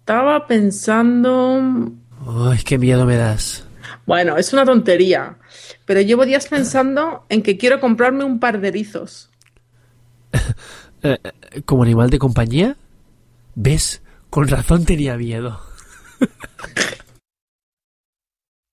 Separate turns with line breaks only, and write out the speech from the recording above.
Estaba pensando.
Ay, qué miedo me das.
Bueno, es una tontería. Pero llevo días pensando en que quiero comprarme un par de erizos.
Eh, eh, ¿Como animal de compañía? ¿Ves? Con razón tenía miedo.